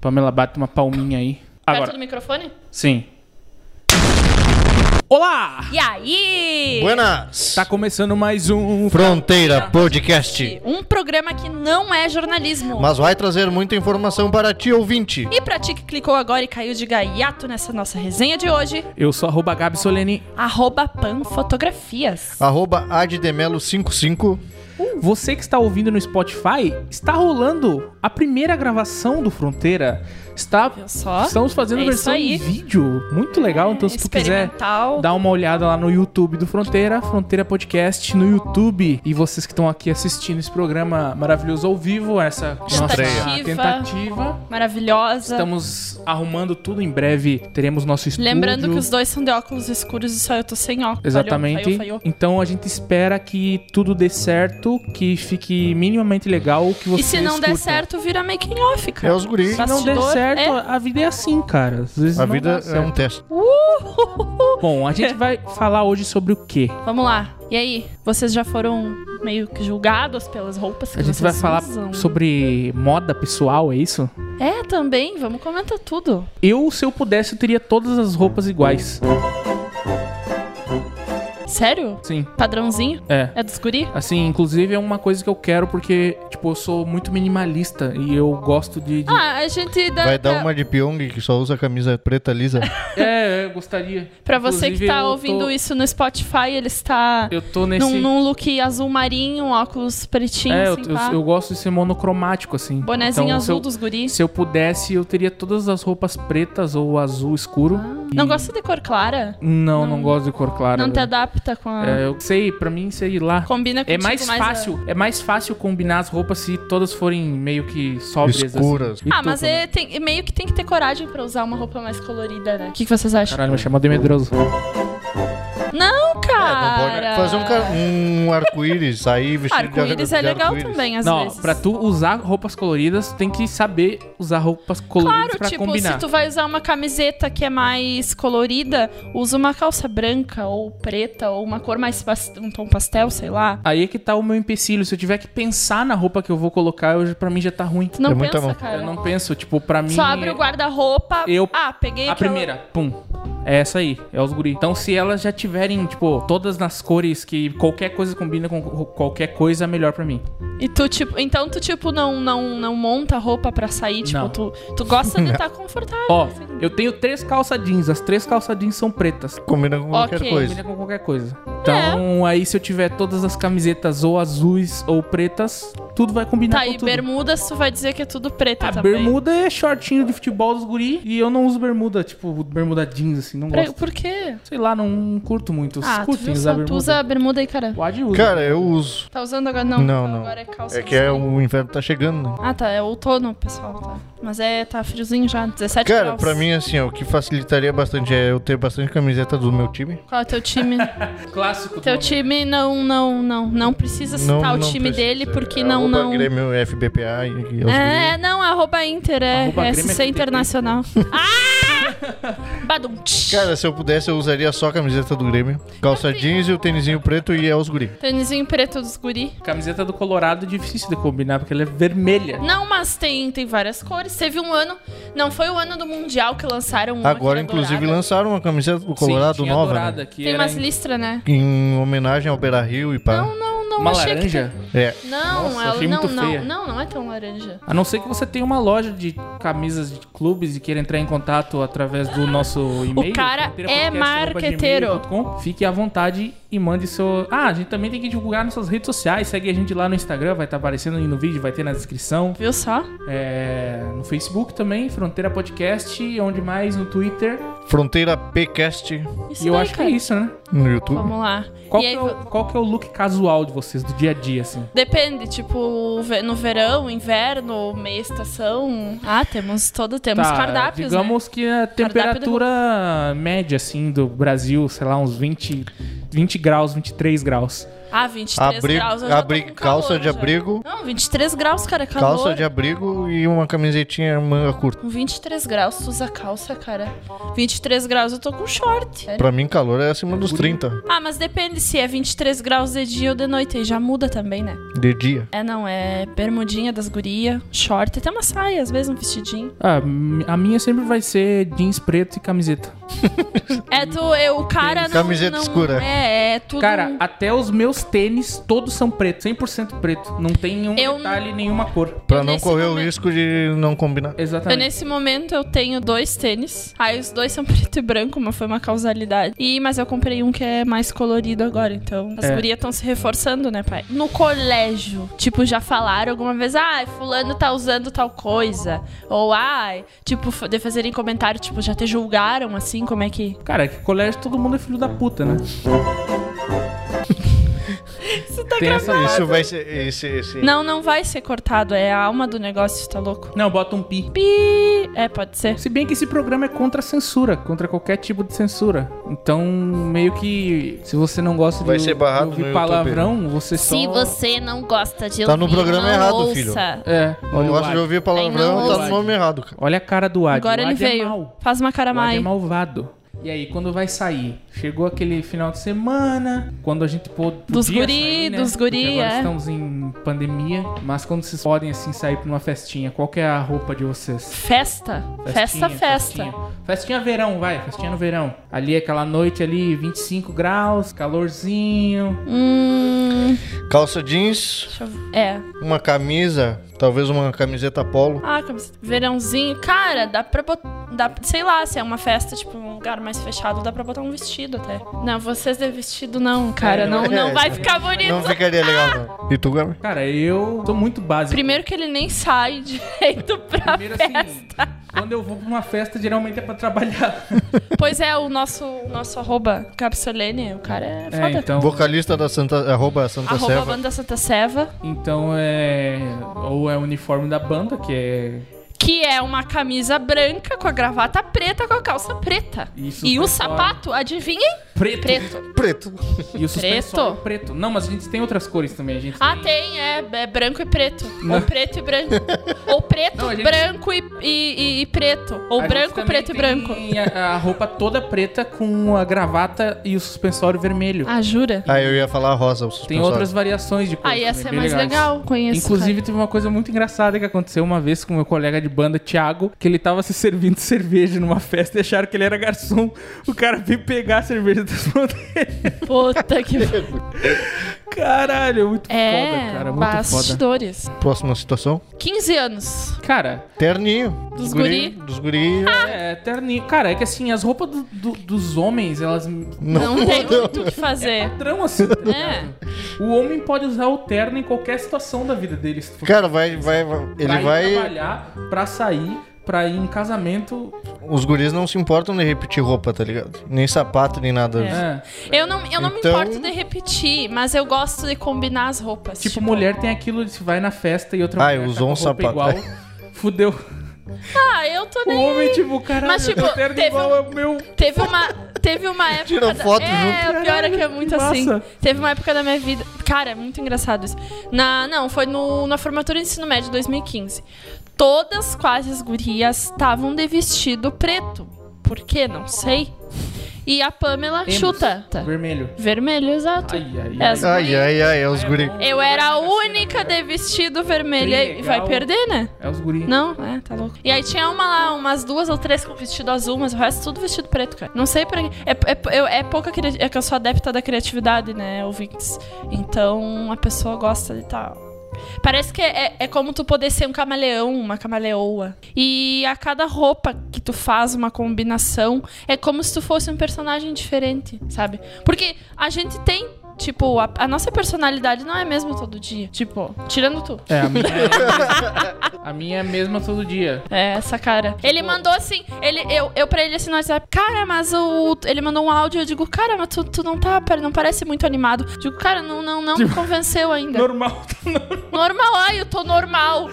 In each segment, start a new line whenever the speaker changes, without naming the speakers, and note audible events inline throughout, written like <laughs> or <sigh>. Pamela, bate uma palminha aí.
Perto do
Agora.
microfone?
Sim. Olá!
E aí?
Buenas!
Tá começando mais um.
Fronteira Podcast.
Um programa que não é jornalismo.
Mas vai trazer muita informação para ti, ouvinte.
E pra ti que clicou agora e caiu de gaiato nessa nossa resenha de hoje,
Eu sou arroba Gabi Soleni.
arroba panfotografias.
Arroba addemelo55.
Uh.
Você que está ouvindo no Spotify, está rolando a primeira gravação do Fronteira. Está,
Viu só?
estamos fazendo
É isso
versão em
aí.
vídeo. Muito legal. Então, se tu quiser
Experimental.
Dá uma olhada lá no YouTube do Fronteira, Fronteira Podcast no YouTube. E vocês que estão aqui assistindo esse programa maravilhoso ao vivo, essa nossa
Estreia.
tentativa.
Maravilhosa.
Estamos arrumando tudo em breve, teremos nosso estúdio.
Lembrando que os dois são de óculos escuros e só eu tô sem óculos.
Exatamente.
Falhou, falhou, falhou.
Então a gente espera que tudo dê certo, que fique minimamente legal, que
E
vocês
se não der
curtam.
certo, vira making off, cara.
É os guri.
se não der
bastidor,
certo,
é.
a vida é assim, cara. Às vezes
A
não
vida
dá
é um
certo.
teste.
Uhul.
Bom, a
<laughs>
gente vai falar hoje sobre o quê?
Vamos lá. E aí, vocês já foram meio que julgados pelas roupas que
A gente vai
vocês
falar
usam?
sobre moda pessoal, é isso?
É, também. Vamos comentar tudo.
Eu, se eu pudesse, eu teria todas as roupas iguais.
Sério?
Sim,
Padrãozinho?
é.
É dos guri?
Assim, inclusive é uma coisa que eu quero porque, tipo, eu sou muito minimalista e eu gosto de. de-
Ah, a gente dá...
Vai dar
dá-
uma de Pyong que só usa camisa preta lisa.
É, eu gostaria.
Pra você que
Inclusive, eu
tá
tô-
ouvindo isso no Spotify, ele está
Eu tô nesse.
num, num look azul marinho, um óculos pretinho,
é, eu,
assim,
eu,
pá.
eu gosto de ser monocromático, assim.
Bonezinho
Então, se
azul
eu-
dos guri.
Se eu pudesse, eu teria todas as roupas pretas ou azul escuro.
Não gosta de cor clara?
Não, não, gosto de cor clara.
Ah,
né?
Não tá te adapta com a...
É, eu sei, pra mim, sei lá.
Combina ah, com
É mais fácil, é mais fácil combinar as roupas se todas forem meio que sóbrias. assim.
Escuras.
E né?
Ah,
tu,
mas
Camila?
é, tem- meio que tem que ter coragem pra usar uma roupa mais colorida, né? O que, que vocês acham?
Caralho, me chamou de medroso.
Não,
É, Não
cara!
pode fazer um, car- um arco-íris, sair vestido de
Arco-íris é
de
legal
arco-íris.
também, às
não,
vezes.
pra tu usar roupas coloridas, tu tem que saber usar roupas coloridas
Claro,
pra
tipo,
combinar.
se tu vai usar uma camiseta que é mais colorida, usa uma calça branca ou preta ou uma cor mais pas- um tom pastel, sei lá.
Aí é que tá o meu empecilho. Se eu tiver que pensar na roupa que eu vou colocar, eu, pra mim já tá ruim.
Tu não
É muita
pensa,
mão.
cara.
Eu não penso, tipo, pra mim.
Só abre o guarda-roupa.
Eu-
Ah, peguei
A
aquela-
primeira, pum. É essa aí, é os guri. Então, se elas já tiverem, tipo, todas nas cores que qualquer coisa combina com co- qualquer coisa, é melhor pra mim.
E tu tipo, então tu tipo não não não monta roupa pra sair, tipo,
Não.
tu tu gosta
<laughs>
de estar confortável.
Ó,
assim.
eu tenho três calça jeans, as três calça jeans são pretas.
Combina com qualquer
Ok.
coisa.
Combina com qualquer coisa. Então,
É.
aí se eu tiver todas as camisetas ou azuis ou pretas, tudo vai combinar
Tá,
com
e
tudo.
bermudas tu vai dizer que é tudo preto
A
também.
bermuda é shortinho de futebol dos guri e eu não uso bermuda, tipo, bermuda jeans, assim, não
Pra-
gosto.
Por quê?
Sei lá, não curto muito.
Ah, tu,
Curtem
viu
usar
só, tu
bermuda.
usa bermuda aí, cara.
O Adi usa.
Cara, eu uso.
Tá usando agora? Não,
Não, não.
agora é calça.
É que é
jeans.
o inverno tá chegando, né?
Ah, tá, é outono, pessoal, tá. Mas é, tá friozinho já, 17
Cara,
graus.
pra mim, assim, ó, o que facilitaria bastante é eu ter bastante camiseta do meu time.
Qual é o teu
<laughs>
time?
Clássico. do
teu
homem.
time não, não, não, não precisa citar o time
precisa.
dele, porque
É,
não,
arroba
não...
Grêmio FBPA e, e os
É, não, arroba Inter, é
Arroba Grêmio
é
é
SC
FDP.
Internacional. ah! Badum.
Cara, se eu pudesse, eu usaria só a camiseta do Grêmio. Calça jeans e o tênisinho preto e é os guri.
Tênisinho preto dos guri.
Camiseta do Colorado é difícil de combinar, porque ela é vermelha.
Não, mas tem, tem várias cores. Teve um ano... Não, foi o ano do Mundial que lançaram uma
Agora,
que era
inclusive,
dourada.
lançaram uma camiseta do Colorado
Sim, tinha
nova,
dourada,
né?
que
Tem
era
umas
em-
listras, né?
Em homenagem ao Beira Rio e pá.
Não, não, não
uma
achei
laranja.
que...
É.
tem- Não,
Nossa,
ela,
achei
não,
muito
não,
feia.
não, não é tão laranja.
A não ser que você tenha uma loja de camisas de clubes e queira entrar em contato através do
<gasps>
nosso e-mail.
cara é marqueteiro.
fronteirapodcast@gmail.com. Fique à vontade e mande seu. Ah, a gente também tem que divulgar nossas redes sociais. Segue a gente lá no Instagram, vai estar aparecendo aí no vídeo, vai ter na descrição.
Viu só?
É, no Facebook também, Fronteira Podcast, onde mais? No Twitter.
Fronteira PCast
Isso
E eu
daí,
acho que
cara.
é isso, né?
no YouTube.
Vamos lá.
Qual,
e
que
aí,
é,
vo-
o, qual que é o look casual de vocês, do dia a dia, assim?
Depende, tipo, ve- no verão, inverno, meia estação. Ah, temos todo, temos cardápios. né?
Tá, Digamos que é a temperatura média, assim, do Brasil, sei lá, uns 20, 20 graus, 23 graus.
Ah, 23
Abrigo,
graus. Eu já tô
abri-
com calor
calça de
já. Tá
abrigo,
Não, 23 graus, cara, é calor.
calça de abrigo e uma camisetinha manga curta.
Com 23 graus, tu usa calça, cara. 23 graus, eu tô com short.
Pra mim, calor é acima dos 30
Ah, mas depende se é 23 graus de dia ou de noite. Aí já muda também, né?
de dia.
É, não, é bermudinha das guria, short, até uma saia, às vezes um vestidinho.
Ah, mi- a minha sempre vai ser jeans preto e camiseta.
É, tu, eu, o cara não...
Camiseta
não-
escura.
É, é tudo...
Cara,
um-
até os meus tênis todos são pretos, 100% preto. Não tem um
Eu-
detalhe, nenhuma cor.
Pra
Eu
não
nesse
correr o
momento-
risco de não combinar.
Eu,
Exatamente.
nesse momento eu tenho dois tênis. Aí os dois são <laughs> preto e branco, mas foi uma causalidade. E mas eu comprei um que é mais colorido agora, então as
É.
gurias estão se reforçando, né, pai? No colégio, tipo, já falaram alguma vez, ai, fulano tá usando tal coisa, ou ai, tipo, f- de fazerem comentário, tipo, já te julgaram assim, como é que
Cara, que colégio todo mundo é filho da puta, né?
<laughs> Isso tá
Tem essa...
Isso vai ser. Esse, esse.
Não, não vai ser cortado, é a alma do negócio, tá louco?
Não, bota um pi.
Pi! É, pode ser.
Se bem que esse programa é contra a censura, contra qualquer tipo de censura. Então, meio que se você não gosta
Vai
de,
ser barrado
de
no
ouvir
YouTube.
palavrão, você só
Se você não gosta de
Tá
ouvir,
no programa
não
errado,
ouça.
filho.
É, olha
Não
o
gosto de
Ad.
ouvir
Ai,
palavrão,
não,
tá
o
no nome errado, cara.
Olha a cara do Ad.
Agora
O
ele
Ad é
veio.
mau.
Faz uma cara
O Ad é
mais.
malvado. E aí, quando vai sair? Chegou aquele final de semana, quando a gente pôde.
Dos
podia
guri,
sair, né?
dos guri,
Porque agora
é.
estamos em pandemia, mas quando vocês podem, assim, sair pra uma festinha, qual que é a roupa de vocês?
Festa. Festa,
Festinha,
festa.
Festinha. Festinha verão, vai, festinha no verão. Ali, é aquela noite ali, 25 graus, calorzinho.
Hum.
Calça jeans,
Deixa eu ver. É.
uma camisa, talvez uma camiseta polo.
Ah, camiseta. Verãozinho. Cara, dá pra botar. Dá, sei lá, se é uma festa, tipo, um lugar mais fechado, dá pra botar um vestido até. Não, vocês de vestido não, cara. Não, não vai ficar bonito.
É, Não ficaria legal, não. E tu, Gabi?
Cara, eu tô muito básico.
Primeiro que ele nem sai <laughs> direito pra
Primeiro,
festa.
assim, quando eu vou pra uma festa, geralmente é pra
<laughs>
trabalhar.
Pois é, o nosso, o nosso arroba Capsolene, o cara é
É,
foda.
então.
Vocalista da Santa. Arroba Santa
arroba
Serva.
Banda Santa Seva,
Então é. Ou é o uniforme da banda, que é.
que é uma camisa branca com a gravata preta com a calça preta.
Isso
e o
foi fora.
sapato, adivinhem?
Preto.
Preto.
Preto.
E o suspensório é
Preto.
preto. Não, mas a gente tem outras cores também. A gente
Ah, tem, é, é branco e preto.
Não.
Ou preto
<laughs>
e branco. Ou preto,
Não, a gente-
branco e, e- e- e preto. Ou
A gente
Ah, branco,
também
preto e
tem
branco.
A, a roupa toda preta com a gravata e o suspensório vermelho.
Ah, jura?
Ah, eu ia falar rosa, o
tem
suspensório.
outras variações de cores.
Aí essa é
também, bem
mais
legais.
legal, conheço.
Inclusive, teve uma coisa muito engraçada que aconteceu uma vez com meu colega de banda, Thiago, que ele tava se servindo <laughs> de cerveja numa festa e acharam que ele era garçom. O cara veio pegar a cerveja das mãos dele.
cara. Puta que.
<laughs> Caralho, é muito
É,
foda, cara. Muito foda.
bastidores.
Próxima situação.
15 anos.
Cara,
Terninho.
Dos guri.
Dos guri.
é terninho. Cara, é que assim, as roupas do- do- dos homens, elas
Não, tem muito o que fazer.
padrão assim. tá
É.
ligado? O homem pode usar o terno em qualquer situação da vida dele. se tu for-
Cara, vai, vai, vai-
pra
Ele
ir
vai.
trabalhar, pra sair, pra ir em casamento.
Os guris não se importam de repetir roupa, tá ligado? Nem sapato, nem nada.
É.
Eu não, eu não me
Então-
importo de repetir, mas eu gosto de combinar as roupas.
Tipo, mulher tem aquilo de se vai na festa e outra
Ai,
mulher tá
usou
com
um
a roupa
sapato.
igual. Fudeu.
Ah, eu tô
O
nem.
homem, tipo, caralho,
Mas, tipo,
meu terno
teve
igual
um-
ao meu.
Teve uma, teve uma
<laughs>
época.
Tira
da-
foto
é,
junto.
o pior é que é
Caralho,
muito
que
assim.
massa.
Teve uma época da minha vida. Cara, é muito engraçado isso. Na, não, foi no, na formatura de ensino médio 2015. Todas quase as gurias estavam de vestido preto. Por quê? Não sei. E a Pamela
Emos.
chuta. Tá.
Vermelho.
Vermelho, exato.
Ai, ai,
É, as-
ai.
Ai, ai, ai, é os guri.
Eu era a única de vestido vermelho.
Que
E vai
legal.
perder, né?
É os guri.
Não, é, tá louco. E aí tinha uma lá, umas duas ou três com vestido azul, mas o resto tudo vestido preto, cara. Não sei pra quê. É, é, eu- é pouca cri- É que eu sou adepta da criatividade, né, ouvintes? Então a pessoa gosta de tal. Parece que é, é como tu poder ser um camaleão, uma camaleoa. E a cada roupa que tu faz uma combinação, é como se tu fosse um personagem diferente, sabe? Porque a gente tem, tipo, a, a nossa personalidade não é a mesma todo dia. Tipo, tirando tu.
É, a minha é... a minha é a mesma todo dia.
É, essa cara. Ele mandou assim, ele, eu, eu pra ele assim no WhatsApp, cara, mas o. Ele mandou um áudio, eu digo, cara, mas tu, tu não tá, pera, não parece muito animado. Digo, cara, não, não, não
Tipo,
me convenceu ainda.
Normal. <laughs>
Normal, ai, eu tô normal.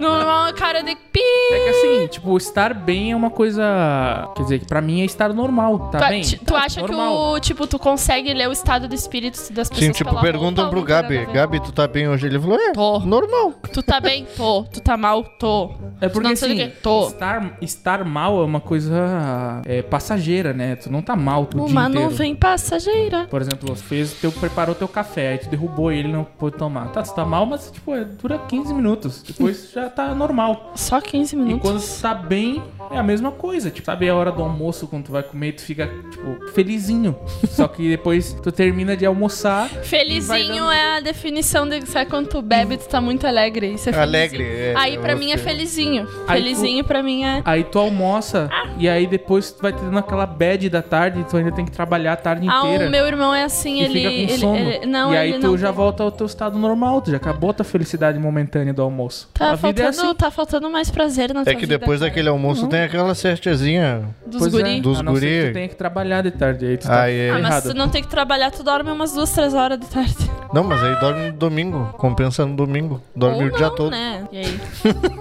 Normal, cara de pi.
É que assim, assim, tipo, estar bem é uma coisa. Quer dizer, que pra mim é estar normal, tá
tu,
bem?
ti- tu
Tá
acha
normal.
que o, tipo, tu consegue ler o estado do espírito das pessoas
Sim, tipo,
pela Tá,
perguntam
roupa
pro
ou pela
Gabi.
gaveta?
Gabi, tu tá bem hoje? Ele falou, é,
Tô.
normal.
Tu tá bem? Tô. Tu tá mal? Tô.
É
Tu
porque
não sei do
assim,
quê? Tô.
estar, estar mal é uma coisa é, passageira, né? Tu não tá mal o dia
Uma
inteiro.
nuvem passageira.
Por exemplo, você fez, teu, preparou teu café, aí tu derrubou ele e não pôde tomar. Tá, tu tá mal, mas tipo, é, dura 15 minutos. Depois já tá normal.
Só 15
E
minutos.
quando tu tá bem, é a mesma coisa. Tipo, sabe a hora do almoço, quando tu vai comer, tu fica, tipo,
<laughs>
felizinho. Só que depois tu termina de almoçar. Vai
Felizinho
dando-
é a definição de. Sabe quando tu bebe, tu tá muito alegre. Isso é felizinho.
Alegre, é,
Aí
eu
pra mim é
gostei.
felizinho.
Aí
Felizinho pra mim é.
Aí tu almoça e aí depois tu vai tendo aquela bad da tarde, tu ainda tem que trabalhar a tarde
Ah,
inteira.
o meu irmão é assim,
E
ele,
fica com
ele-
sono.
ele- Não,
e aí
ele
tu
não.
já
tem.
volta ao teu estado normal, tu já acabou a tua felicidade momentânea do almoço.
Tá,
a vida
faltando,
é assim.
tá faltando mais prazer na
É
tua
que
vida,
depois
cara.
daquele almoço tem aquela certezinha.
Dos
Pois
guri.
é,
Dos
a não ser que
guri.
tu tem que trabalhar de tarde, aí tu tá
Aí é.
Ah, mas
errado.
tu não tem que trabalhar, tu dorme umas duas, três horas da tarde.
Não, mas aí dorme no domingo. Compensa no domingo. Dorme
Ou
o dia
não,
todo.
Né? E aí?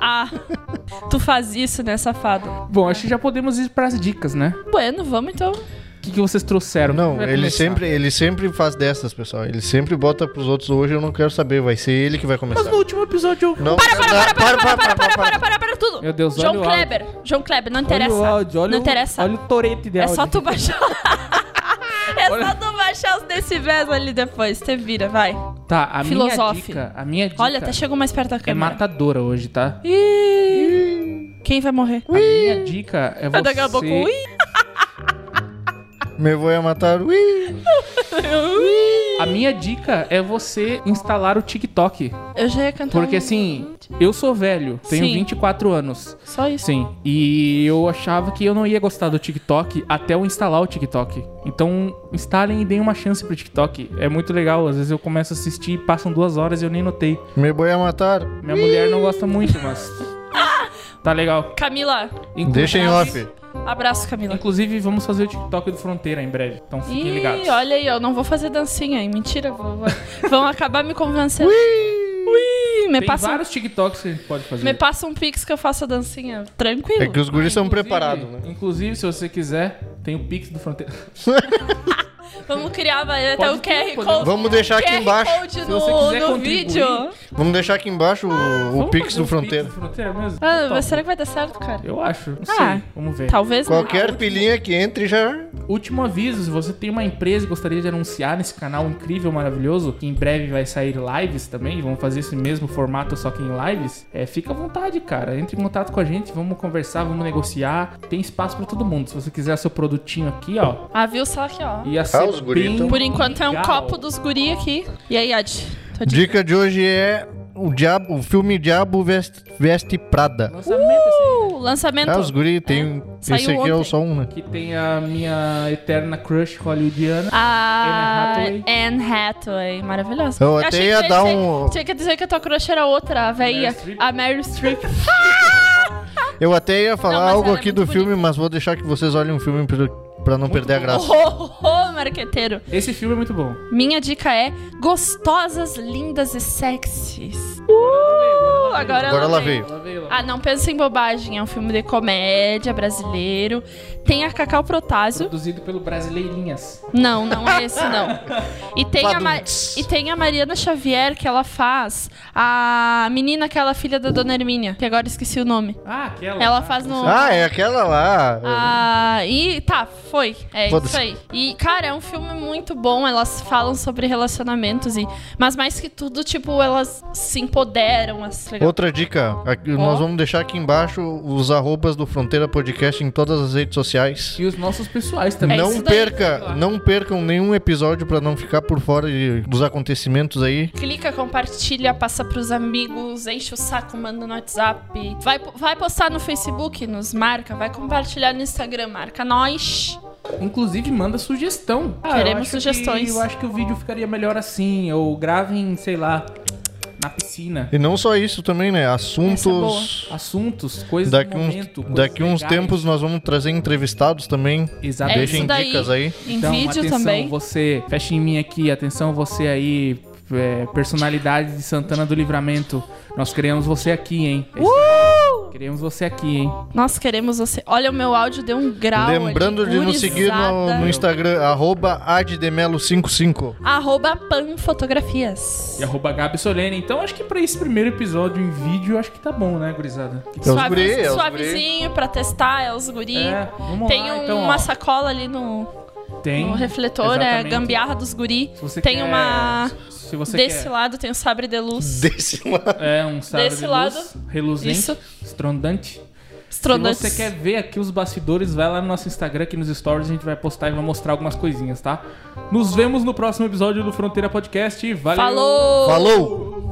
ah, tu faz isso, né, safado?
Bom, acho que já podemos ir pras dicas, né?
Bueno, vamos então.
O que, que vocês trouxeram?
Não,
Vai
ele
começar.
sempre, ele sempre faz dessas, pessoal. Ele sempre bota pros outros hoje, eu não quero saber, vai ser ele que vai começar.
Mas no último episódio eu...
Não,
Para, para, para,
não,
para, para, para, para, para, para, para tudo.
Meu Deus, olha
João
o áudio.
Kleber. João Kleber, não interessa.
Olha o áudio, olha
não
o-
interessa.
Olha o torete de
é
áudio.
só tu baixar. <laughs> é
Olha.
só tu baixar os decibéis ali depois. Você vira, vai.
Tá, a minha
Filosofe.
dica, a minha dica
Olha, tá até chegou mais perto da
é
câmera.
matadora hoje, tá?
Ih, quem vai morrer?
A minha dica é você...
Daqui a pouco. Ui.
Me vou a matar. Ui.
A minha dica é você instalar o TikTok.
Eu já ia cantar.
Porque
um-
assim, eu sou velho, tenho
Sim.
24 anos.
Só isso.
Sim, e eu achava que eu não ia gostar do TikTok até eu instalar o TikTok. Então, instalem e deem uma chance pro TikTok. É muito legal, às vezes eu começo a assistir e passam duas horas e eu nem notei.
Me vou a matar.
Minha mulher não gosta muito, mas. Tá legal.
Camila,
Inclu-
Deixa em off.
abraço, Camila.
Inclusive, vamos fazer o TikTok do Fronteira em breve. Então fiquem ligados.
Ih, olha aí, eu não vou fazer dancinha aí. Mentira, vou, vou- vão acabar me convencendo. Ui, me
Tem
passa,
vários TikToks que a gente pode fazer.
um, me passa um pix que eu faço a dancinha. Tranquilo.
É que os guris são
Inclusive-
preparados, né?
Inclusive, se você quiser, tem o Pix do Fronteira. Se
Vamos criar vai, até
É Pode
o
ter,
QR
podemos.
Code.
Vamos deixar aqui
QR
embaixo.
Code
você
no,
quiser
no
contribuir,
vídeo.
Vamos deixar aqui embaixo o, o
vamos
Pix
fazer
do
um
Fronteira.
Pix do Fronteira mesmo?
Ah,
Top.
mas será que vai dar certo, cara?
Eu acho. Não
Ah.
sei. Vamos ver.
Talvez não. Ah,
Qualquer pilinha que entre já.
Último aviso, se você tem uma empresa e gostaria de anunciar nesse canal incrível, maravilhoso, que em breve vai sair lives também, vamos fazer esse mesmo formato só que em lives, é, fica à vontade, cara. Entre em contato com a gente, vamos conversar, vamos negociar. Tem espaço pra todo mundo. Se você quiser seu produtinho aqui, ó,
Ah, viu? Só aqui, ó.
ia ser
os guri,
bem
então.
Por enquanto é um
legal.
copo dos guri aqui. E aí, Ad? Tua dica.
Dica de hoje é o diabo, o filme Diabo Veste, Veste Prada.
Lançamento esse aí, né?
O assim. Uh, lançamento.
Ah, os guri tem.
Saiu
esse aqui é
ontem.
o só um, né?
Que tem a minha eterna crush hollywoodiana.
Ah,
Anne Hathaway.
Anne Hathaway, maravilhosa.
Eu até
achei
ia
que
dar
dizer-
um-
Tinha que dizer que a tua crush era outra, a velha,
Streep?
a Mary
<laughs>
Streep.
Eu até ia
Não,
falar
mas
algo
ela é
aqui
muito
do filme, mas vou deixar que vocês olhem o filme pra- pra não perder a
Ô,
graça.
oh, marqueteiro.
Esse filme é muito bom.
Minha dica é gostosas, lindas e sexys. Uh, agora
Agora ela
ela
veio.
Ela veio lá.
Ah, não pensa em bobagem. É um filme de comédia brasileiro. Tem a Cacau Protásio.
Produzido pelo Brasileirinhas.
Não, não é esse, não. E tem, a Ma-
Badum-ts.
e tem a Mariana Xavier, que ela faz a menina, aquela filha da Dona Hermínia, que agora esqueci o nome.
Ah, aquela.
Ela faz no.
Ah, é aquela lá.
Ah, e tá, foi. É
Foda-se.
isso aí. E, cara, é um filme muito bom. Elas falam sobre relacionamentos e. Mas mais que tudo, tipo, elas se empoderam. Assim, legal.
Outra dica, aqui- nós vamos deixar aqui embaixo os arrobas do Fronteira Podcast em todas as redes sociais.
E os nossos pessoais também.
É
não
isso daí.
perca, não percam nenhum episódio pra não ficar por fora de- dos acontecimentos aí.
Clica, compartilha, passa pros amigos, enche o saco, manda no WhatsApp. Vai, vai postar no Facebook, nos marca, vai compartilhar no Instagram, marca nós.
Inclusive, manda sugestão. Ah, eu
Queremos
acho
sugestões.
que- eu acho que o vídeo ficaria melhor assim. Ou gravem, sei lá, na piscina.
E não só isso também,
é
né? Assuntos.
Assuntos, coisas
Daqui
do
uns,
momento. coisas
daqui uns
legais.
tempos nós vamos trazer entrevistados também.
É
Exatamente.
Deixem
isso daí.
dicas aí.
Em
Então,
vídeo
atenção,
também.
você, fecha em mim aqui, atenção você aí,
Uh!
é, personalidade de Santana do Livramento. Nós queremos você aqui, hein? É isso aí. Queremos você aqui, hein?
Nós queremos você. Olha, o meu áudio deu um grau. ali,
Lembrando de nos seguir no,
gurizada.
no Instagram, arroba addemelo55.
Arroba panfotografias.
E arroba Gabi Solene. Então acho que pra esse primeiro episódio em vídeo, acho que tá bom, né, gurizada?
É os guri, é os guri.
suavezinho pra testar, é os guri.
É, vamos
Tem
lá,
um-
então, ó.
uma sacola ali no,
Tem.
no refletor, é
exatamente.
gambiarra dos guri.
Se você
Tem
quer-
uma.
Se você
Desse
quer,
lado tem o sabre de luz.
Desse lado.
É, um sabre
Desse
de
lado.
luz, reluzente,
Isso.
estrondante.
Estrondantes.
Se você quer ver aqui os bastidores, vai lá no nosso Instagram, aqui nos stories, a gente vai postar e vai mostrar algumas coisinhas, tá? Nos vemos no próximo episódio do Fronteira Podcast. Valeu!
Falou!
Falou!